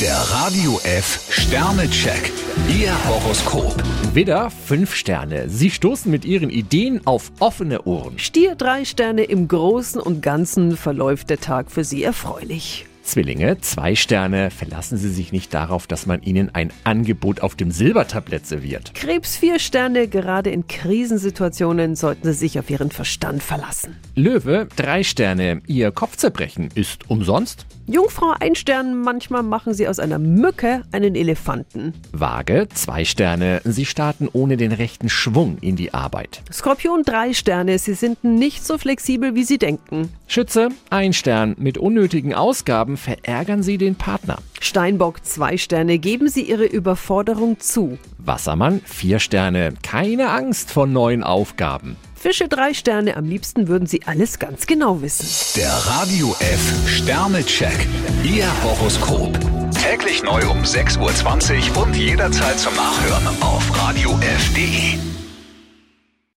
Der Radio F Sternecheck. Ihr Horoskop. Widder, fünf Sterne. Sie stoßen mit ihren Ideen auf offene Ohren. Stier drei Sterne im Großen und Ganzen verläuft der Tag für Sie erfreulich. Zwillinge, zwei Sterne. Verlassen Sie sich nicht darauf, dass man Ihnen ein Angebot auf dem Silbertablett serviert. Krebs vier Sterne, gerade in Krisensituationen sollten Sie sich auf Ihren Verstand verlassen. Löwe, drei Sterne. Ihr Kopfzerbrechen ist umsonst. Jungfrau ein Stern, manchmal machen Sie aus einer Mücke einen Elefanten. Waage, zwei Sterne. Sie starten ohne den rechten Schwung in die Arbeit. Skorpion drei Sterne, Sie sind nicht so flexibel, wie Sie denken. Schütze, ein Stern. Mit unnötigen Ausgaben verärgern Sie den Partner. Steinbock zwei Sterne, geben Sie Ihre Überforderung zu. Wassermann, vier Sterne. Keine Angst vor neuen Aufgaben. Fische drei Sterne, am liebsten würden Sie alles ganz genau wissen. Der Radio F Sternecheck. Ihr Horoskop. Täglich neu um 6.20 Uhr und jederzeit zum Nachhören auf Radio F.